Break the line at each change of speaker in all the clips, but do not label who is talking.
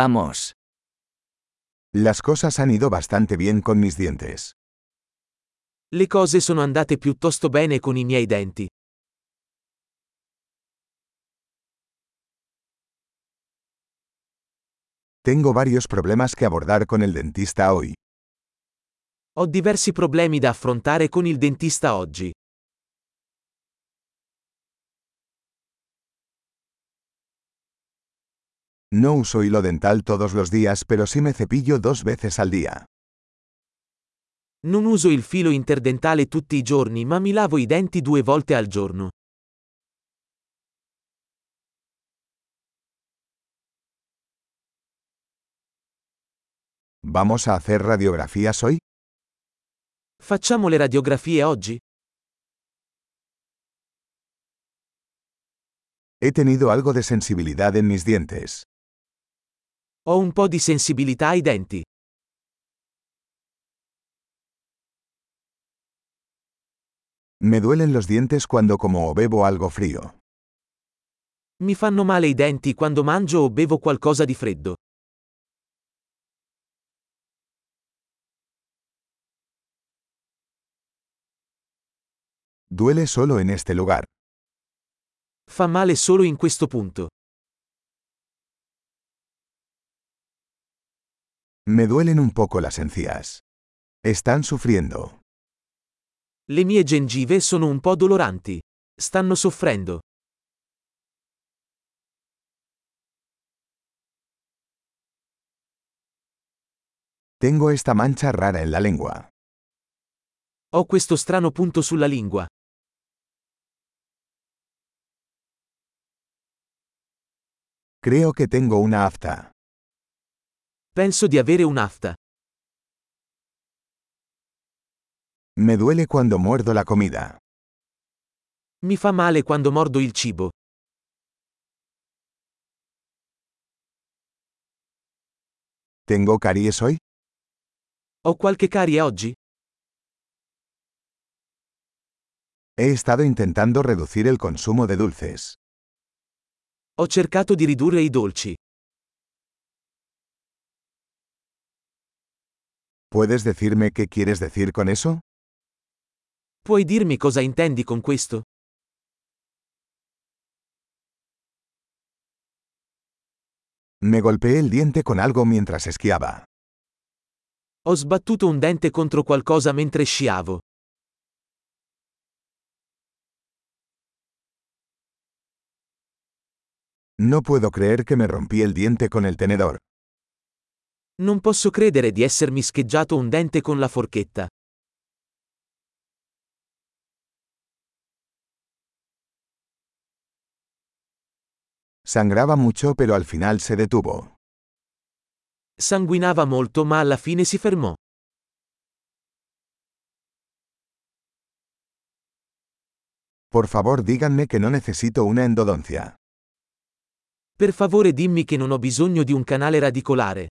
Vamos.
Las cosas han ido bastante bien con mis dientes.
Le cose sono andate piuttosto bene con i miei denti.
Tengo varios problemas que abordar con el dentista hoy.
Ho diversi problemi da affrontare con il dentista oggi.
No uso hilo dental todos los días, pero sí me cepillo dos veces al día.
Non uso il filo interdentale tutti i giorni, ma mi lavo i denti due volte al giorno.
¿Vamos a hacer radiografías hoy?
Facciamo le radiografie oggi?
He tenido algo de sensibilidad en mis dientes.
Ho un po' di sensibilità ai denti.
Me duelen los dientes cuando como o bebo algo frío.
Mi fanno male i denti quando mangio o bevo qualcosa di freddo.
Duele solo en este lugar.
Fa male solo in questo punto.
Me duelen un poco las encías. Están sufriendo.
Le mie gengive sono un po' doloranti. Stanno soffrendo.
Tengo esta mancha rara en la lengua.
Ho questo strano punto sulla lingua.
Creo que tengo una afta.
Penso di avere un'afta.
Me duele cuando muerdo la comida.
Mi fa male quando mordo il cibo.
¿Tengo caries hoy?
Ho qualche carie oggi?
He estado intentando reducir el consumo de dulces.
Ho cercato di ridurre i dolci.
¿Puedes decirme qué quieres decir con eso?
Puoi dirmi cosa intendi con questo?
Me golpeé el diente con algo mientras esquiaba.
Ho sbattuto un dente contro qualcosa mentre sciavo.
No puedo creer que me rompí el diente con el tenedor.
Non posso credere di essermi scheggiato un dente con la forchetta.
Sangraba mucho pero al final se detuvo.
Sanguinava molto ma alla fine si fermò.
Por favor díganme que no necesito una endodoncia.
Per favore dimmi che non ho bisogno di un canale radicolare.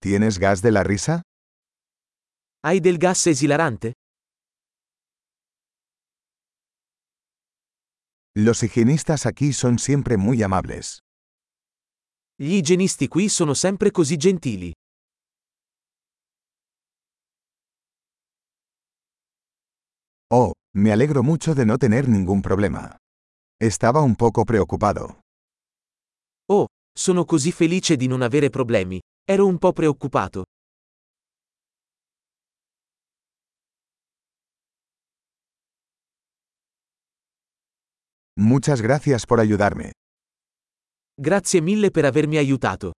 ¿Tienes gas de la risa?
Hai del gas esilarante?
Los higienistas aquí son siempre muy amables.
Gli igienisti qui sono sempre così gentili.
Oh, me alegro mucho de no tener ningún problema. Estaba un poco preocupado.
Oh, sono così felice di non avere problemi. Ero un po' preoccupato.
Muchas gracias por ayudarme.
Grazie mille per avermi aiutato.